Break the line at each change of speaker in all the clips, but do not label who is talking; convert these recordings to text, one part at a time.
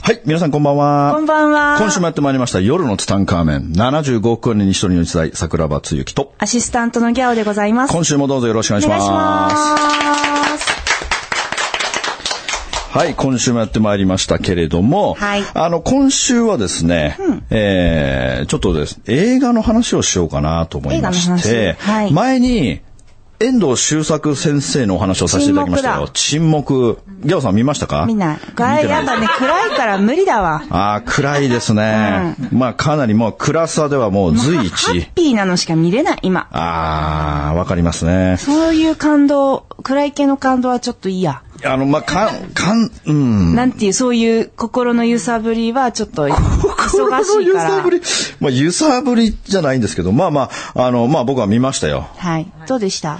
はい、皆さんこんばんは。
こんばんは。
今週もやってまいりました、夜のツタンカーメン。75億年に一人の一代、桜庭つゆきと。
アシスタントのギャオでございます。
今週もどうぞよろしくお願いします。
ます。
はい、今週もやってまいりましたけれども、
はい
あの、今週はですね、えー、ちょっとです、映画の話をしようかなと思いま
映
して、
画の話はい
前に、遠藤周作先生のお話をさせていただきましたよ。沈黙。ギャオさん見まし たか
みんな、
見て
ガ
ない
イやっぱね、暗いから無理だわ。
ああ、暗いですね。まあ、かなりもう暗さではもう随一。
ハッピーなのしか見れない、今。
ああ、わかりますね。
そういう感動、暗い系の感動はちょっといいや。
あの、まあ、かん、かん、うん。
なんていう、そういう心の揺さぶりはちょっと忙しい
揺
か
さ
ら
ぶ。り。まあ、揺さぶりじゃないんですけど、まあまあ、あの、まあ僕は見ましたよ。
はい。どうでした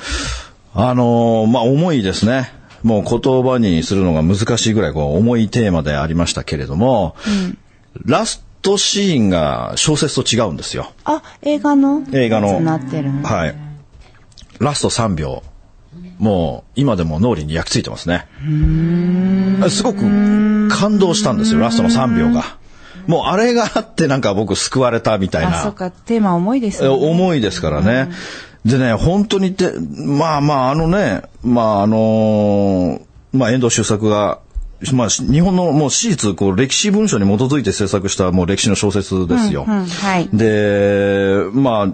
あのーまあ重いですね。もう言葉にするのが難しいぐらい、こう、重いテーマでありましたけれども、ラストシーンが小説と違うんですよ。
あ、映画の
映画の
やつになってるの。
はい。ラスト3秒。もう、今でも脳裏に焼き付いてますね。すごく感動したんですよ、ラストの3秒が。もうあれがあってなんか僕救われたみたい
あ、そう
な
か、テーマ重いです
え
ね。
思いですからね。でね、本当にて、まあまああのね、まああのーまあ遠藤周作が、まあし日本のもう史実、こう歴史文書に基づいて制作したもう歴史の小説ですよ。
うん、はい。
で、まあ、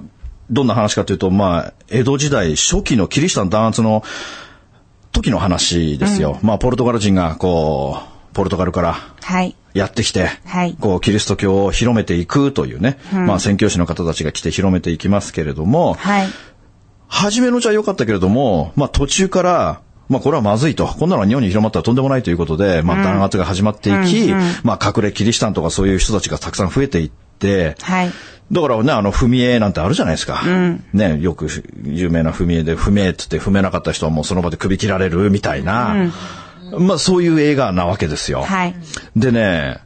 どんな話かというと、まあ、江戸時代初期のキリシタン弾圧の時の話ですよ。まあ、ポルトガル人が、こう、ポルトガルから
はい。
やってきて、
はい
こう、キリスト教を広めていくというね、まあ、宣教師の方たちが来て広めていきますけれども、
はい。
初めのうちは良かったけれども、まあ途中から、まあこれはまずいと。こんなのが日本に広まったらとんでもないということで、まあ弾圧が始まっていき、まあ隠れキリシタンとかそういう人たちがたくさん増えていって、
はい
だからね、あの、踏み絵なんてあるじゃないですか。ね、よく有名な踏み絵で、踏めって言って踏めなかった人はもうその場で首切られるみたいな、まあそういう映画なわけですよ。
はい。
でね、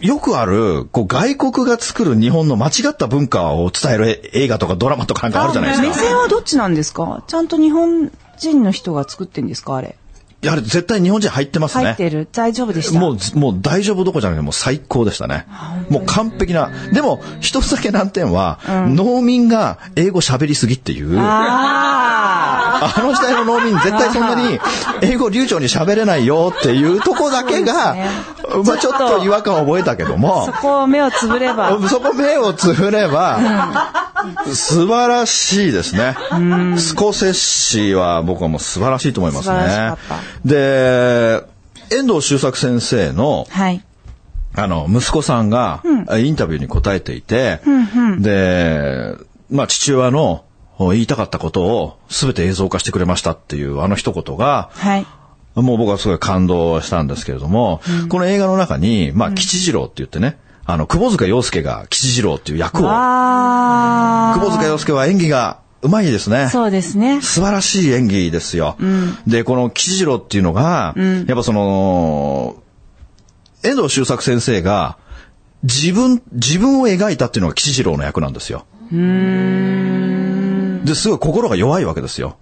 よくある、こう、外国が作る日本の間違った文化を伝える映画とかドラマとかなんかあるじゃないですか。
目線はどっちなんですかちゃんと日本人の人が作ってんですかあれ。
やはり絶対日本人入ってますね。
入ってる大丈夫でした
もうず、もう大丈夫どころじゃなくて、もう最高でしたね。もう完璧な。でも、一つだけ難点は、農民が英語喋りすぎっていう。
あ
あの時代の農民絶対そんな に英語流暢に喋れないよっていうとこだけが、まあちょっと違和感を覚えたけど
あ
も
そ、こを目をつぶれ ば。
そこ目をつぶれば、素晴らしいですね。スコセッシは僕はもう素晴らしいと思います
素晴ら
ね
しかっ。
で、遠藤周作先生の、
はい。
あの、息子さんが、インタビューに答えていて、で、まあ、父親のお言いたかったことを全て映像化してくれましたっていうあの一言が、
はい。
もう僕はすごい感動したんですけれども、この映画の中に、まあ、吉次郎って言ってね、あの、窪塚洋介が吉次郎っていう役を、
あ
窪塚洋介は演技がうまいですね
あ。。そうですね。
素晴らしい演技ですよ。で、この吉次郎っていうのが、やっぱその、遠藤周作先生が、自分、自分を描いたっていうのが吉次郎の役なんですよ。で、すごい心が弱いわけですよ。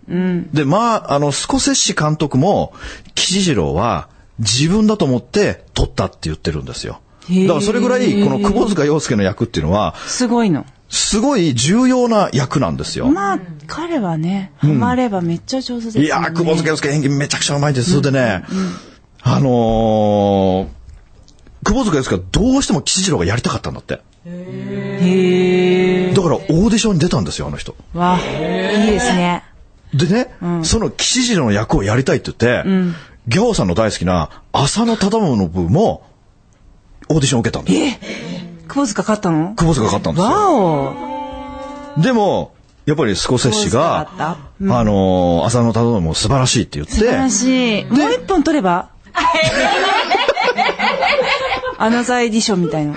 で、まあ、あの、スコセッシ監督も、吉次郎は自分だと思って撮ったって言ってるんですよ。だからそれぐらい、この窪塚洋介の役っていうのは、
すごいの。
すごい重要な役なんですよ。
まあ、彼はね、ハマればめっちゃ上手ですよね。
いやー、久保塚洋介演技めちゃくちゃうまいです。それでね、あのー、久保塚洋介はどうしても吉次郎がやりたかったんだって。
へえ。
だからオーディションに出たんですよ、あの人。
わあ、いいですね。
でね、その吉次郎の役をやりたいって言って、ギャオさんの大好きな浅野忠信の部もオーディションを受けたんですよ。
久保塚勝ったの
久保塚が勝ったんですよ。
わお。
でも、やっぱりスコセッシが
久保、塚だったう
あのー浅野忠信も素晴らしいって言って、
素晴らしい。もう一本取ればあのザエディションみたいな。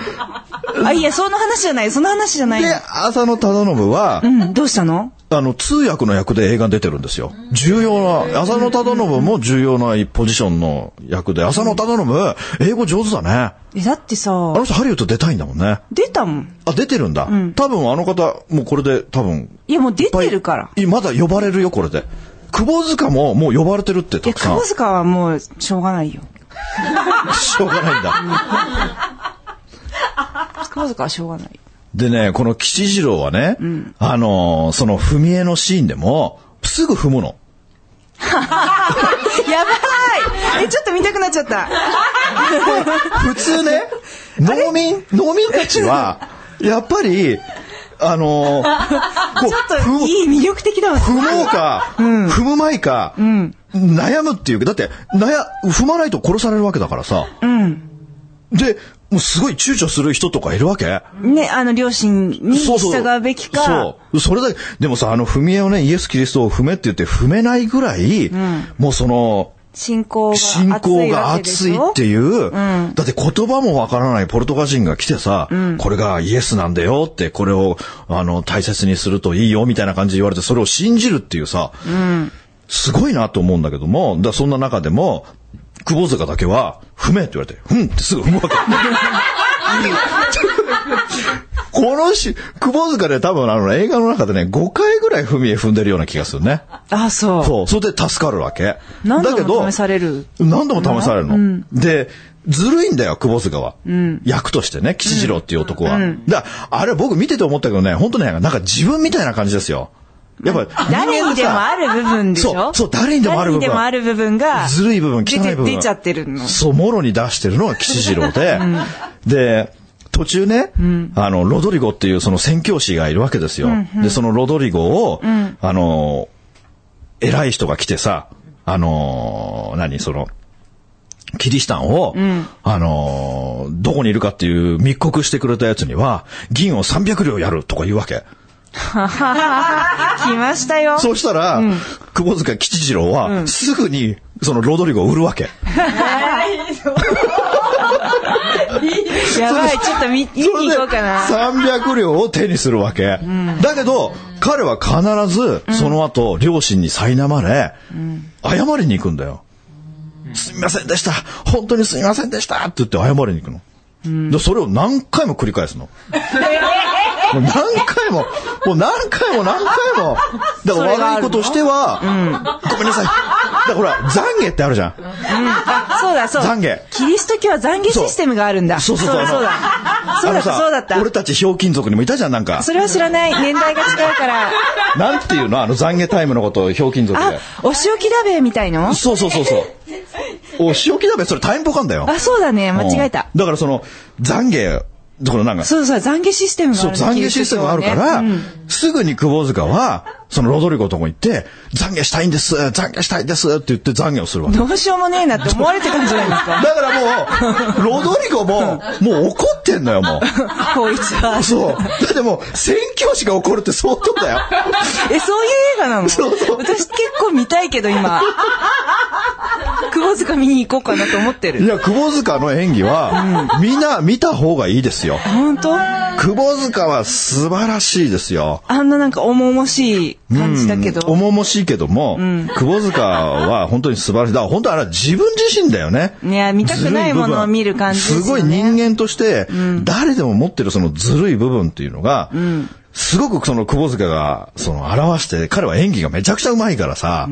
あ、いや、その話じゃない、その話じゃない
で
の。、
浅野忠信は、
うん、どうしたの
あの、通訳の役で映画に出てるんですよ。重要な、浅野忠信も重要なポジションの役で、浅野忠信、英語上手だね。あ
え、だってさ、
の人ハリウッド出たいんだもんね。
出たもん。
あ、出てるんだ。多分あの方、もうこれで多分。
いや、もう出
いっぱい
てるから。
いまだ呼ばれるよ、これで。久保塚ももう呼ばれてるって、
いや、
たくさん
窪。塚はもう、しょうがないよ。
しょうがないんだ。
窪塚はしょうがない。
でね、この吉次郎はね、あのーその踏み絵のシーンでも、すぐ踏むの。
やばいえ、ちょっと見たくなっちゃった。
普通ね、農 民、農民たちは、やっぱり、あ のーこう
ちょっと、いい、魅力的だわ。
踏もうか、踏むまいか、悩むっていうか、だって、悩、踏まないと殺されるわけだからさ。で、もうすごい躊躇する人とかいるわけ。
ね、あの、両親に
そうそう。
従うべきか。
そう。それだけ、でもさ、あの、踏み絵をね、イエス・キリストを踏めって言って踏めないぐらい、もうその、
信仰が熱い
信仰が
わけで
熱
し
い
ょ
っていう、
ん
だって言葉もわからないポルトガル人が来てさ、これがイエスなんだよって、これを、あの、大切にするといいよみたいな感じで言われて、それを信じるっていうさ、すごいなと思うんだけども、だそんな中でも、久保塚だけは、踏めって言われて、うんってすぐ踏 むわけ。このし、久保塚で多分あの映画の中でね、5回ぐらい踏み絵踏んでるような気がするね。
あ、そう。
そう。それで助かるわけ。
何度も
だけど
試される
何度も試されるの。で、ずるいんだよ、久保塚は。役としてね、吉次郎っていう男は。だからあれ僕見てて思ったけどね、本当ね、なんか自分みたいな感じですよ。やっぱ人間さ、
誰にでもある部分でしょ
そうそう誰にでもある部分
誰にでもある部分が。
ずるい部分、汚い部分。
出て出ちゃってるの。
そう、もろに出してるのが吉次郎で、で、途中ね、あの、ロドリゴっていうその宣教師がいるわけですよ。で、そのロドリゴを、あの、偉い人が来てさ、あの、何、その、キリシタンを、あの、どこにいるかっていう密告してくれたやつには、銀を300両やるとか言うわけ。
来ましたよ。
そうしたら、久保塚吉次郎は、すぐに、そのロドリゴを売るわけ。
やばい、ちょっと見、見に行こうかな。
300両を手にするわけ。だけど、彼は必ず、その後、両親に苛まれ、謝りに行くんだよ。すみませんでした本当にすみませんでしたって言って謝りに行くの。で、それを何回も繰り返 すの。もう何回も、もう何回も何回も。だから悪いことしては、ごめんなさい。だからほら、懺悔ってあるじゃん。
あ、そうだ、そう。
懺悔
キリスト教は懺悔システムがあるんだ。
そうそうそう
だ、そうだ
あ。の
そうだった、
あのさ
そうだった。
俺たちひょうきん族にもいたじゃん、なんか。
それは知らない。年代が違うから。
なんていうのあの懺悔タイムのことをひょうきん族
あ
で。、
お仕置きだべ、みたいの
そうそうそうそう。お仕置きだべ、それタイムボカンだよ。
あ、そうだね。間違えた
う。んだからその、懺悔、だからなんか、
そうそう、懺悔システムがあ
そう、
るんだ
懺悔システムがあるから、
キリスト教はね
すぐに久保塚は、そのロドリゴのとこ行って、懺悔したいんです、懺悔したいんですって言って懺悔をするわ
うん
け。
どうしようもねえなって思われてたんじ ゃないです
だ
か。
からもう、ロドリゴも、もう怒ってんのよ、も
こいつは
う。。そう。だってもう、宣教師が怒るって相当だよ。
え、そういう映画なの
そうそう
私結構見たいけど 今。窪塚見に行こうかなと思って
い
る。
や、久保塚の演技は、みんな見た方がいいですよ。
本当あ
久保塚は素晴らしいですよ。
んななんか重々しい感じだけど。
うん重々しいけども、久保塚は本当に素晴らしい。だから本当あれは自分自身だよね。
いや見たくないものを見る感じです
ず
よ
る
ね
い部分すごい人間として、誰でも持ってるそのずるい部分っていうのが、すごくその久保塚がその表して、彼は演技がめちゃくちゃうまいからさ、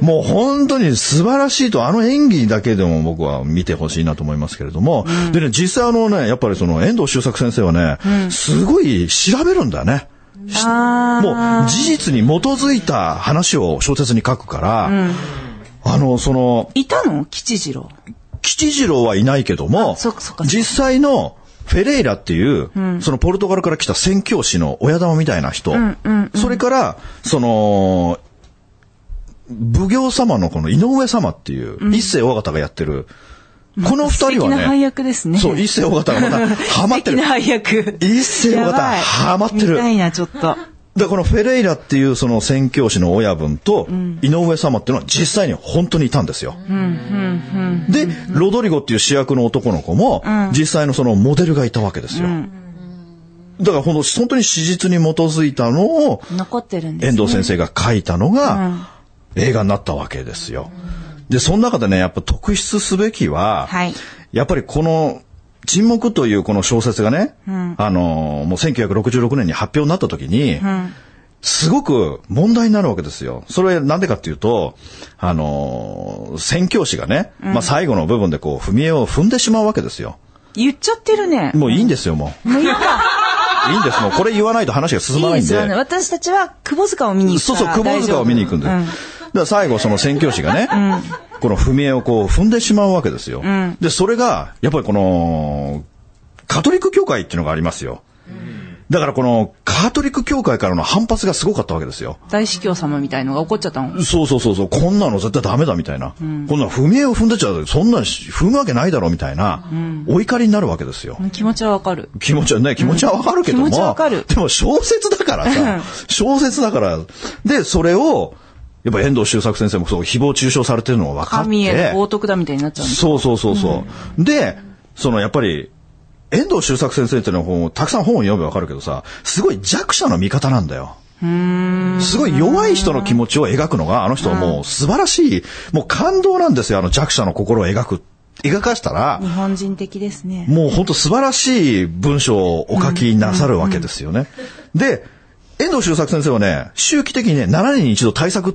もう本当に素晴らしいと、あの演技だけでも僕は見てほしいなと思いますけれども、でね、実際あのね、やっぱりその遠藤周作先生はね、すごい調べるんだよね。し
あ
もう事実に基づいた話を小説に書くから、あの、その、
いたの吉次郎。
吉次郎はいないけども
あそっかそっか、
実際のフェレイラっていう、そのポルトガルから来た宣教師の親玉みたいな人、それから、その、奉行様のこの井上様っていう、一世大方がやってる、この二人は
素敵な配
ね、
役ですね。
そう、一世大方がまたハマってる
素敵な。配役。
一世の方
やばい
ハマってる
見たいな、ちょっと。
で、このフェレイラっていうその宣教師の親分と、井上様っていうのは実際に本当にいたんですよ。で、ロドリゴっていう主役の男の子も、実際のそのモデルがいたわけですよ。だからほんと本当に史実に基づいたのを、
残ってるんです、
遠
ね。
藤先生が書いたのが、映画になったわけですよ。で、その中でね、やっぱ特筆すべきは、
はい
やっぱりこの、沈黙というこの小説がね、あの、もう1966年に発表になった時に、すごく問題になるわけですよ。それなんでかっていうと、あの、宣教師がね、まあ最後の部分でこう、踏み絵を踏んでしまうわけですよ。
言っちゃってるね。
もういいんですよ、もう。
もういいか。
いいんです、もう。これ言わないと話が進ま
い
ないいん
です
で。
よね。私たちは久保塚を見に行く
そう
か
そう、
ら
久保塚を見に行くんだよ。
大
だから最後、その宣教師がね、この踏み絵をこう踏んでしまうわけですよ。で、それが、やっぱりこの、カトリック教会っていうのがありますよ。だからこの、カトリック教会からの反発がすごかったわけですよ。
大司教様みたいのが怒っちゃったの。
そうそうそうそう、こんなの絶対ダメだみたいな。こんなの踏み絵を踏んでちゃう、そんなの踏むわけないだろうみたいな、お怒りになるわけですよ。
気持ちはわかる。
気持ちはね、気持ちはわかるけども、
気持ちはわかる
でも小説だから さ、小説だから、で、それを、やっぱ遠藤周作先生もそう、誹謗中傷されてるのが分かっ
神への冒
て、
涜だみたいになっちゃうの。
そうそうそうそう。で、そのやっぱり、遠藤周作先生っていうのは本、たくさん本を読めばわかるけどさ、すごい弱者の味方なんだよ。すごい弱い人の気持ちを描くのが、あの人はもう素晴らしい、もう感動なんですよ、あの弱者の心を描く。描かしたら、
日本人的ですね。
もう本当素晴らしい文章をお書きになさるわけですよね。で、遠藤周作先生はね、周期的にね、7年に一度対策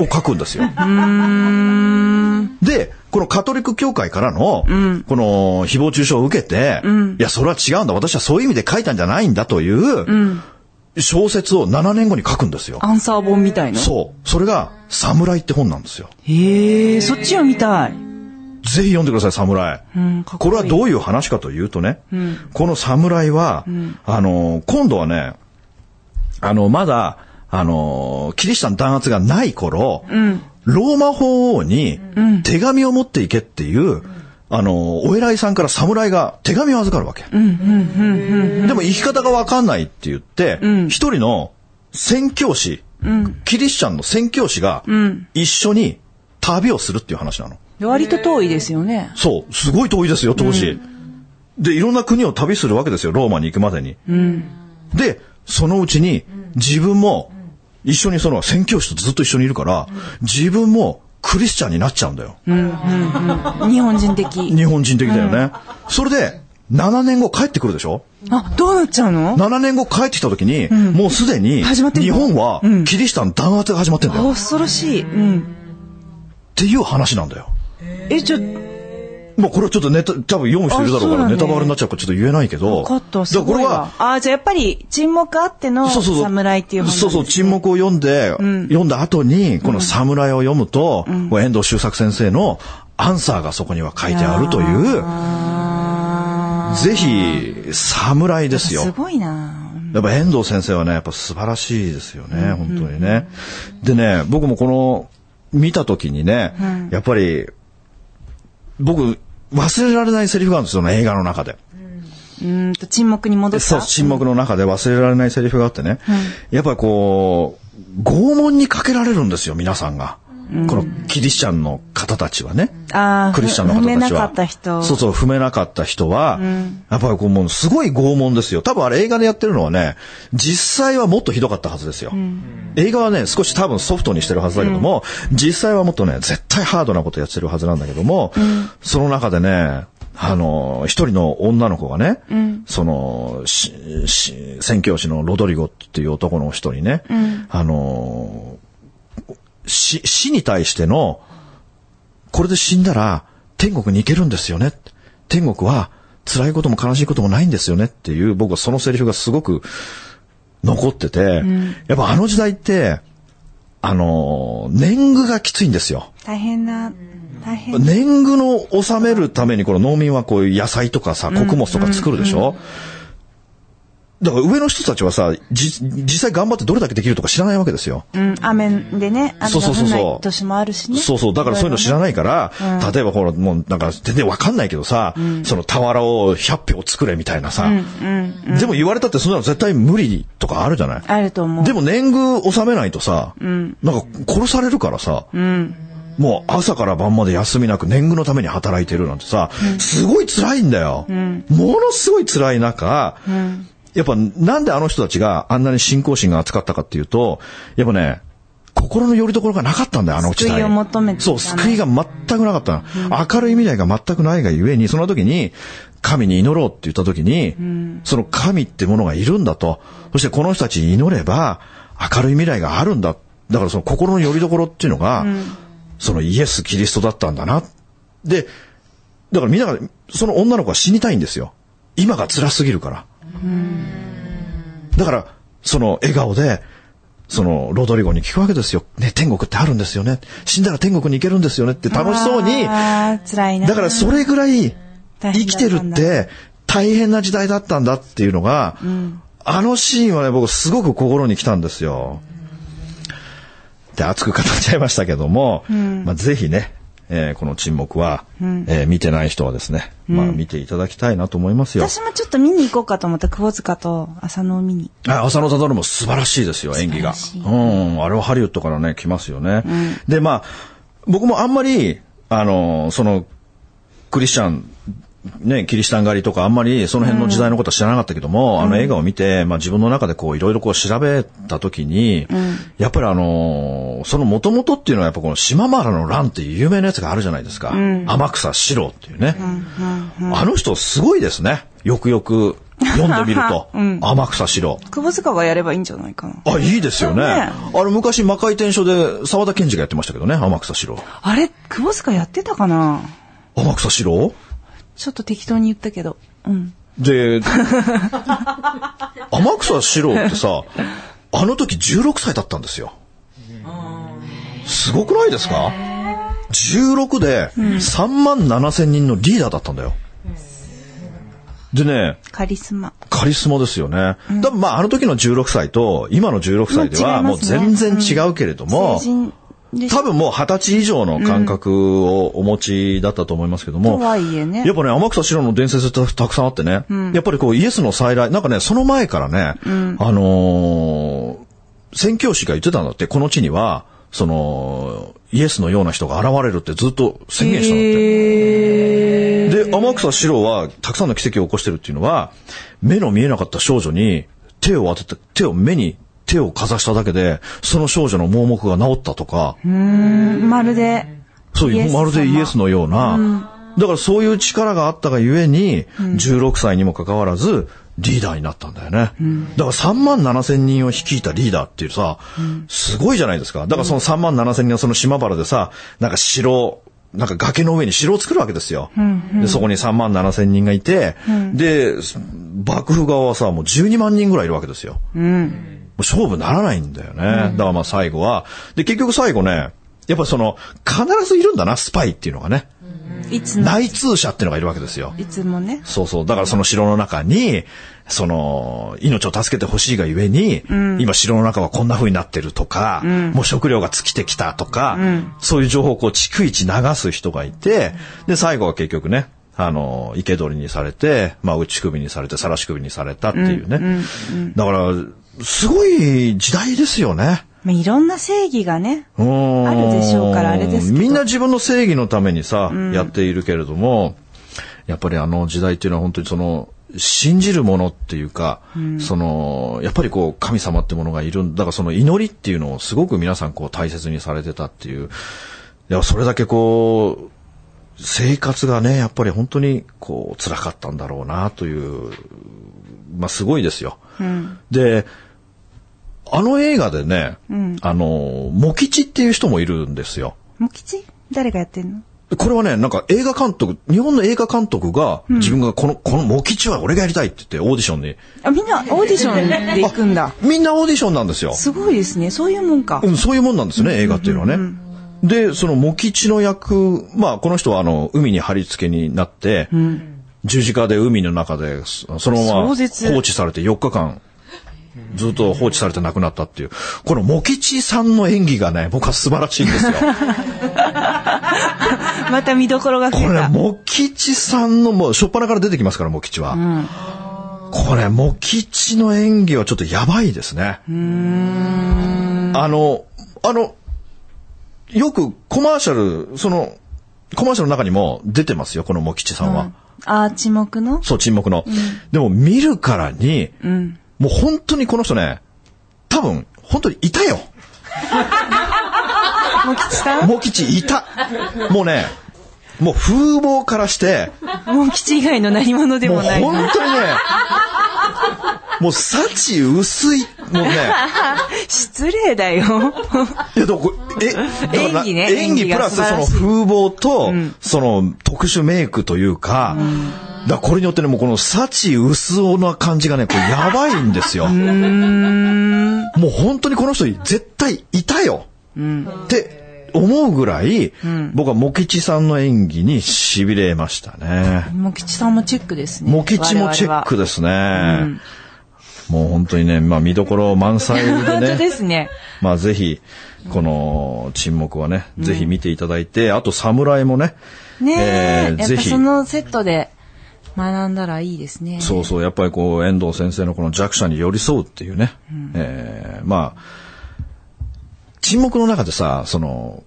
を書くんですよ。 で、このカトリック教会からの、この誹謗中傷を受けて、いや、それは違うんだ。私はそういう意味で書いたんじゃないんだという、小説を7年後に書くんですよ。
アンサー本みたいな。
そう。それが、侍って本なんですよ。
へえ、そっちを見たい。
ぜひ読んでください、侍。
うん、かっ
こ
こ
れ
い。
はいどういう話かというとね、この侍は、あの、今度はね、あの、まだ、あの、キリシタン弾圧がない頃、ローマ法王に手紙を持っていけっていう、あの、お偉いさんから侍が手紙を預かるわけ。でも生き方がわかんないって言って、一人の宣教師、キリシタンの宣教師が、一緒に旅をするっていう話なの。
割と遠いですよね。
そう、すごい遠いですよ、当時。で、いろんな国を旅するわけですよ、ローマに行くまでに。で、そのうちに、自分も、一緒にその、宣教師とずっと一緒にいるから、自分もクリスチャンになっちゃうんだよ。
日本人的。
日本人的だよね。それで、7年後帰ってくるでしょ
あ、どうなっちゃうの
?7 年後帰ってきた時に、もうすでに、
始まってんの
日本は
うん、
キリシタン弾圧が始まってんだよ。っ
恐ろしい。うん。
ていう話なんだよ。
え、ちょ、
まあこれはちょっとネタ、多分読む人いるだろうか
あそうだ
ら、
ね
ネタバレになっちゃうからちょっと言えないけど。
カットす
だ
ご
か
い
らこれは
わ。、あ、じゃあやっぱり沈黙あっての
そうそうそう
侍っていう本なんです
そう
ね
そう、沈黙を読んで、読んだ後に、この侍を読むと、こう遠藤周作先生のアンサーがそこには書いてあるという、
あー
ぜひ、侍ですよ。
すごいな
やっぱ遠藤先生はね、やっぱ素晴らしいですよね、本当にね。でね、僕もこの、見た時にね、やっぱり、僕、忘れられないセリフがあるんですよ、その映画の中で。
うーんと、沈黙に戻っ
そう、
た。
沈黙の中で忘れられないセリフがあってね。やっぱこう、拷問にかけられるんですよ、皆さんが。このキリシチャンの方たちはね。
あー
クリスチャンの方たちは。
踏めなかった人
そうそう、踏めなかった人は、やっぱりこう、もうすごい拷問ですよ。多分あれ映画でやってるのはね、実際はもっとひどかったはずですよ。映画はね、少し多分ソフトにしてるはずだけども、実際はもっとね、絶対ハードなことやってるはずなんだけども、その中でね、あの、一人の女の子がね、その、しし宣教師のロドリゴっていう男の人にね、あの、死、死に対しての、これで死んだら天国に行けるんですよね。天国は辛いことも悲しいこともないんですよねっていう僕はそのセリフがすごく残ってて、やっぱあの時代って、あのー、年貢がきついんですよ。
大変な、大変な。
年貢の納めるためにこの農民はこういう野菜とかさ、穀物とか作るでしょ、だから上の人たちはさ、じ、実際頑張ってどれだけできるとか知らないわけですよ。
うん、雨でね、雨
そう
が
そうそう
降らな
そう
い年もあるしね。
そうそう。だからそういうの知らないから、例えばほら、もうなんか全然わかんないけどさ、その俵を100票作れみたいなさ、でも言われたってそんなの絶対無理とかあるじゃない
あると思う。
でも年貢納めないとさ、なんか殺されるからさ、もう朝から晩まで休みなく年貢のために働いてるなんてさ、すごい辛いんだよ、ものすごい辛い中、やっぱなんであの人たちがあんなに信仰心が厚かったかっていうと、やっぱね、心の拠り所がなかったんだよ、あの時代。
救いを求めて
そう、救いが全くなかったの。明るい未来が全くないがゆえに、その時に、神に祈ろうって言った時に、その神ってものがいるんだと。そしてこの人たちに祈れば、明るい未来があるんだ。だからその心の拠り所っていうのが、そのイエス・キリストだったんだな。で、だからみんなが、その女の子は死にたいんですよ。今が辛すぎるから。だから、その笑顔で、そのロドリゴに聞くわけですよ。ね、天国ってあるんですよね。死んだら天国に行けるんですよねって楽しそうに、
あー辛いな。
だからそれぐらい
大変だったんだ
生きてるって大変な時代だったんだっていうのが、あのシーンはね、僕すごく心に来たんですよ。で、熱く語っちゃいましたけども、まあ、ぜひね、えーこの沈黙は、えー見てない人はですね、まあ見ていただきたいなと思いますよ。
私もちょっと見に行こうかと思って、窪塚と浅野を見に。
あ浅野忠信も素晴らしいですよ、演技が。うん、あれはハリウッドからね、来ますよね。で、まあ、僕もあんまり、あの、その、クリスチャン、ね、キリシタン狩りとかあんまりその辺の時代のことは知らなかったけども、あの映画を見て、まあ自分の中でこういろいろこう調べたときに、やっぱりあのーその元々っていうのはやっぱこの島原の乱っていう有名なやつがあるじゃないですか。天草四郎っていうね、あの人すごいですね。よくよく読んでみる と。天草四郎。
窪塚がやればいいんじゃないかな。
あ、いいですよね。
ね
あの、昔、魔界転生で、沢田研二がやってましたけどね、天草四郎。
あれ、窪塚やってたかな
天草四郎
ちょっと適当に言ったけど。うん。
で、天草四郎ってさ、あの時16歳だったんですよ。すごくないですか ?16 で3万7千人のリーダーだったんだよ。でね、
カリスマ。
カリスマですよね。多分まああの時の16歳と今の16歳では
も
も
う違いうますね
全然違うけれども、
成人でしょ
多分もう二十歳以上の感覚をお持ちだったと思いますけども。
とはいえね
やっぱね、天草四郎の伝説ってたくさんあってね。やっぱりこうイエスの再来、なんかね、その前からね、あのー宣教師が言ってたんだって、この地には、その、イエスのような人が現れるってずっと宣言したんだって。で、天草四郎はたくさんの奇跡を起こしてるっていうのは、目の見えなかった少女に手を当てて、手を目に手をかざしただけで、その少女の盲目が治ったとか、
まるで、
そう
イエ
い
ス
う、
様
まるでイエスのような、だからそういう力があったがゆえに、16歳にもかかわらず、リーダーになったんだよね。だから3万7千人を率いたリーダーっていうさ、すごいじゃないですか。だからその3万7千人のその島原でさ、なんか城、なんか崖の上に城を作るわけですよ。でそこに3万7千人がいて、で、幕府側はさ、もう12万人ぐらいいるわけですよ。もう勝負ならないんだよね。だからまあ最後は。で、結局最後ね、やっぱその、必ずいるんだな、スパイっていうのがね。
いつの、
内通者っていうのがいるわけですよ。
いつもね。
そうそう。だからその城の中に、その、命を助けてほしいがゆえに、今城の中はこんな風になってるとか、もう食料が尽きてきたとか、そういう情報をこう、逐一流す人がいて、で、最後は結局ね、あの、生け捕りにされて、まあ、打ち首にされて、晒し首にされたっていうね。だから、すごい時代ですよね。
まあ、いろんな正義がね、
あ
あるでしょうからあれですけど
みんな自分の正義のためにさ、やっているけれども、やっぱりあの時代っていうのは本当にその、信じるものっていうか、その、やっぱりこう、神様ってものがいるんだ。からその祈りっていうのをすごく皆さんこう大切にされてたっていう。いや、それだけこう、生活がね、やっぱり本当にこう、辛かったんだろうなという、まあすごいですよ。で、あの映画でね、あの、モキチっていう人もいるんですよ。
もう吉誰がやってんの
これはね、なんか映画監督、日本の映画監督が、自分がこの、このモキチは俺がやりたいって言ってオーディションに。
あ、みんなオーディションで行くんだ。
みんなオーディションなんですよ。
すごいですね。そういうもんか
う。ん、そういうもんなんですね、映画っていうのはね。で、そのモキチの役、まあ、この人はあの、海に貼り付けになって、十字架で海の中で、そそのまま
壮
放
絶
置されて4日間、ずっと放置されて亡くなったっていう。このモキチさんの演技がね、僕は素晴らしいんですよ。
また見どころが増
こ
え
れ、
た。
モキチさんの、もう、初っ端から出てきますから、モキチは。これ、モキチの演技はちょっとやばいですね。あの、あの、よくコマーシャル、その、コマーシャルの中にも出てますよ、このモキチさんは。
ああ、沈黙の
そう、沈黙の。でも見るからに、
うん。
もう本当にこの人ね、多分、本当にいたよ。
もう吉さん
モキチいた。もうね、もう風貌からして、
もう吉以外の何者で
もう
もない。
本当にね、もう幸薄い、もう ね、
失礼だよ。
いや、でもこれ、え、だから
演技ね
演技プラス
演技
その
が素晴らしい
風貌と、その特殊メイクというか、だからこれによってね、もうこの幸薄おな感じがね、これやばいん ですよ。もう本当にこの人絶対いたよ。って思うぐらい、僕はモキチさんの演技に痺れましたね。
もう吉さんもチェックですね。
モキチもチェック
我々は。
ですね。もう本当にね、まあ見どころ満載でね。
本当ですね。
まあぜひ、この沈黙はね、ぜひ見ていただいて、あと侍もね、
ねえ、
えー
やっ
ぜ
ぱ
ひ
そ、のセットで学んだらいいですね。
そうそう、やっぱりこう、遠藤先生のこの弱者に寄り添うっていうね、えーまあ、沈黙の中でさ、その、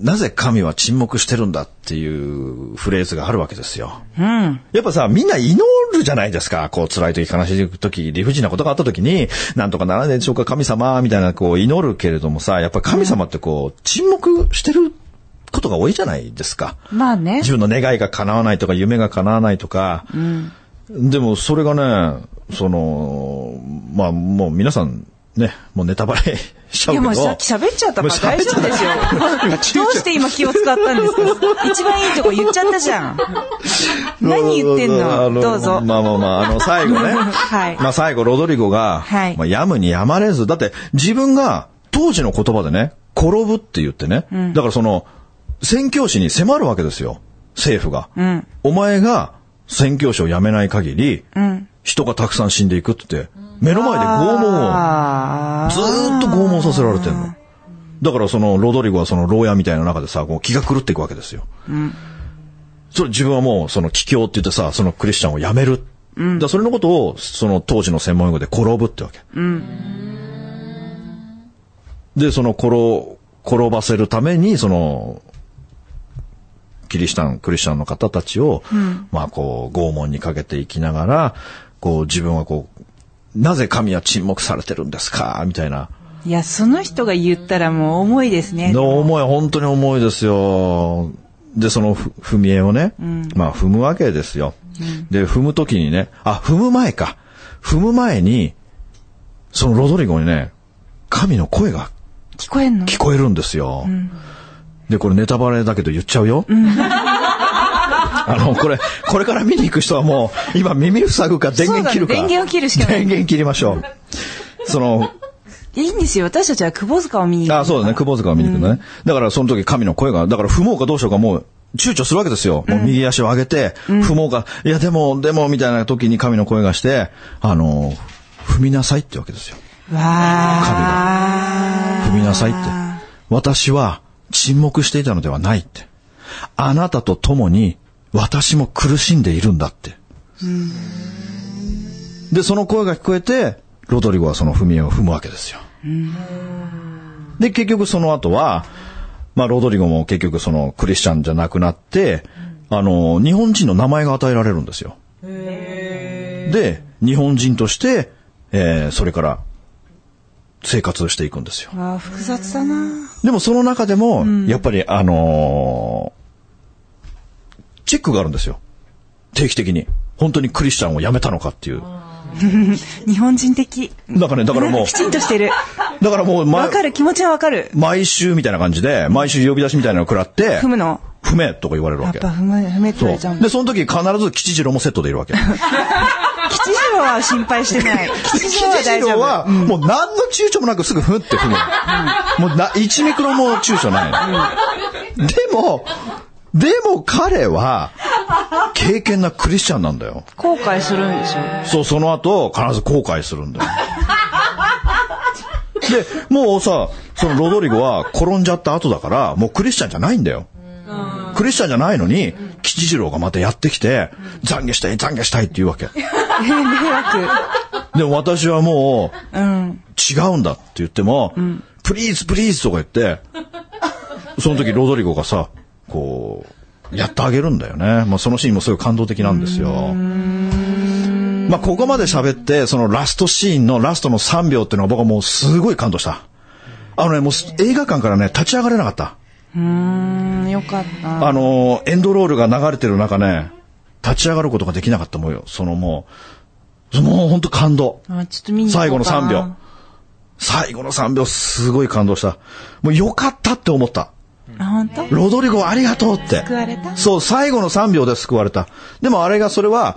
なぜ神は沈黙してるんだっていうフレーズがあるわけですよ。
うん。
やっぱさ、みんな祈るじゃないですか。こう、辛い時、悲しい時、理不尽なことがあった時に、なんとかならないでしょうか、神様、みたいな、こう、祈るけれどもさ、やっぱ神様ってこう、沈黙してることが多いじゃないですか。
まあね
自。分の願いが叶わないとか、夢が叶わないとか。でも、それがね、その、まあ、もう皆さん、ね、もうネタバレしちゃうけ
いや
ど。
もうさっき喋っちゃったから大丈夫ですよ。どうして今気を使ったんですか一番いいとこ言っちゃったじ ゃん。何言ってん
あ
のどうぞ。
まあまあまあ、あの、最後ね。
はい
まあ最後、ロドリゴが、
はい
まあ、やむにやまれず、だって自分が当時の言葉でね、転ぶって言ってね、だからその、宣教師に迫るわけですよ、政府が。
ん
お前が宣教師を辞めない限り、
ん
人がたくさん死んでいくって言って、目の前で拷問を、
あ
ずーっと拷問させられてんの。だからそのロドリゴはその牢屋みたいな中でさ、こう気が狂っていくわけですよ。それ自分はもうその気境って言ってさ、そのクリスチャンをやめる。だからそれのことを、その当時の専門用語で転ぶってわけ。で、その転、転ばせるために、その、キリシタン、クリスチャンの方たちを、まあこう、拷問にかけていきながら、こう自分はこう、なぜ神は沈黙されてるんですかみたいな。
ーいや、その人が言ったらもう重いですね。
の思い、本当に重いですよ。で、そのふ踏み絵をね、まあ踏むわけですよ。で、踏むときにね、あ、踏む前か。踏む前に、そのロドリゴにね、神の声が
聞こえんの
聞こえるんですよ。で、これネタバレだけど言っちゃうよ。 あの、これ、これから見に行く人はもう、今耳塞ぐか電源切るか。
そうだね電源を切るしかない
電源切りましょう。その、
いいんですよ。私たちは窪塚を見に行く。
あ、そうだね。久保塚を見に行くのね。だからその時神の声が、だから踏もうかどうしようかもう躊躇するわけですよ。もう右足を上げて、踏もうか、いやでも、でも、みたいな時に神の声がして、あの、踏みなさいってわけですよ。
わー。
踏みなさいって。私は沈黙していたのではないって。あなたと共に私も苦しんでいるんだって。で、その声が聞こえて、ロドリゴはその踏み絵を踏むわけですよ。で、結局その後は、まあ、ロドリゴも結局そのクリスチャンじゃなくなって、あの、日本人の名前が与えられるんですよ。で、日本人として、えーそれから生活をしていくんですよ。
わー、複雑だな
でもその中でも、やっぱりあのーチェックがあるんですよ。定期的に。本当にクリスチャンを辞めたのかっていう。
日本人的。
だからね、だから
な
も
んきちんとしてる。
う、だからもう、ま
わかる、気持ちはわかる。
毎週みたいな感じで、毎週呼び出しみたいなのを食らって、
踏むの。
踏めとか言われる
や
わ
っ
け。
ぱ踏む、踏めって
そ
言われちゃう
う。
もん
で、。その時必ず吉次郎もセットでいるわけ。
吉次郎は心配してない。 吉次郎は
吉次
大丈
郎
夫。
は、もう何の躊躇もなくすぐふって踏む。もうな、1ミクロも躊躇ない。でも、でも彼は、敬虔なクリスチャンなんだよ。
後悔するんでしょ
そう、その後、必ず後悔するんだよ。で、もうさ、そのロドリゴは転んじゃった後だから、もうクリスチャンじゃないんだよ。クリスチャンじゃないのに、吉次郎がまたやってきて、懺悔したい、懺悔したいって言うわけ。
えー 迷惑。
でも私はもう、
うん。
違うんだって言っても、プリーズプリーズとか言って、その時ロドリゴがさ、こう、やってあげるんだよね。まあ、そのシーンもすごい感動的なんですよ。まあ、ここまで喋って、そのラストシーンのラストの3秒っていうのは僕はもうすごい感動した。あのね、もう映画館からね、立ち上がれなかった。
うん、よかった。
あの、エンドロールが流れてる中ね、立ち上がることができなかったもんよ。そのもう、もうほんと感動。最後の3秒。最後の3秒、すごい感動した。もうよかったって思った。
本当
ロドリゴありがとうって。
救われた
そう、最後の3秒で救われた。でもあれが、それは、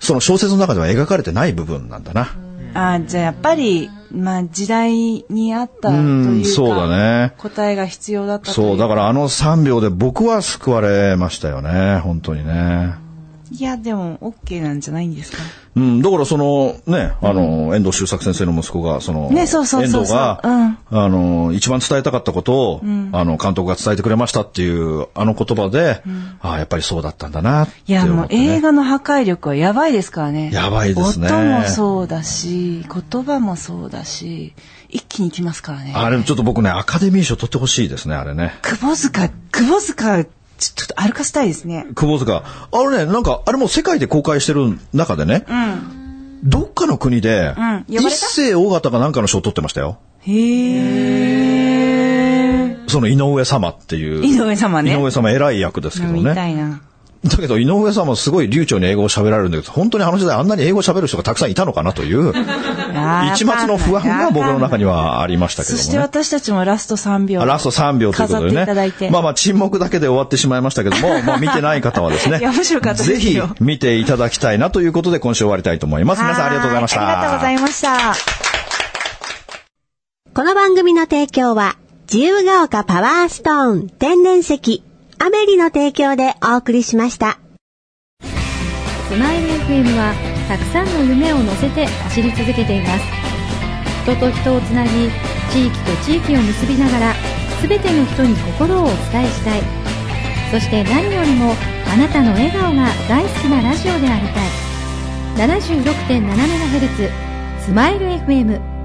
その小説の中では描かれてない部分なんだな。
あじゃあやっぱり、まあ時代に合ったというか、そうだね。答えが必要だった
そう、だからあの3秒で僕は救われましたよね、本当にね。
いや、でも、OK なんじゃないんですか
うん、だからその、ね、あの、遠藤周作先生の息子が、その、
ね、そうそう
遠藤が、うん、あの、一番伝えたかったことを、うん、あの、監督が伝えてくれましたっていう、あの言葉で、うん、ああ、やっぱりそうだったんだな、ね、
いや、もう映画の破壊力はやばいですからね。
やばいですね。
音もそうだし、言葉もそうだし、一気にきますからね。
あれ、ちょっと僕ね、アカデミー賞取ってほしいですね、あれね。
窪塚、窪塚、ちょっと歩かせたいですね。
窪塚。あのね、なんか、あれも世界で公開してる中でね、うん、どっかの国で、うん、一世大型がなんかの賞を取ってましたよ。
へ
ー。その井上様っていう。
井上様ね。
井上様偉い役ですけどね。
みたいな。
だけど、井上さんもすごい流暢に英語を喋られるんだけど、本当にあの時代あんなに英語を喋る人がたくさんいたのかなという、 一抹の不安が僕の中にはありましたけども、ね、
そして私たちもラスト3秒。
ラスト3秒ということでね。まあまあ沈黙だけで終わってしまいましたけども、まあ見てない方はですね。
いや、面白かった
ぜひ見ていただきたいなということで今週終わりたいと思います。皆さんありがとうございました。
ありがとうございました。
この番組の提供は、自由が丘パワーストーン天然石、アメリの提供でお送りしました。
スマイル FM はたくさんの夢を乗せて走り続けています。人と人をつなぎ、地域と地域を結びながら、すべての人に心をお伝えしたい。そして何よりも、あなたの笑顔が大好きなラジオでありたい。76.7MHz、スマイル FM。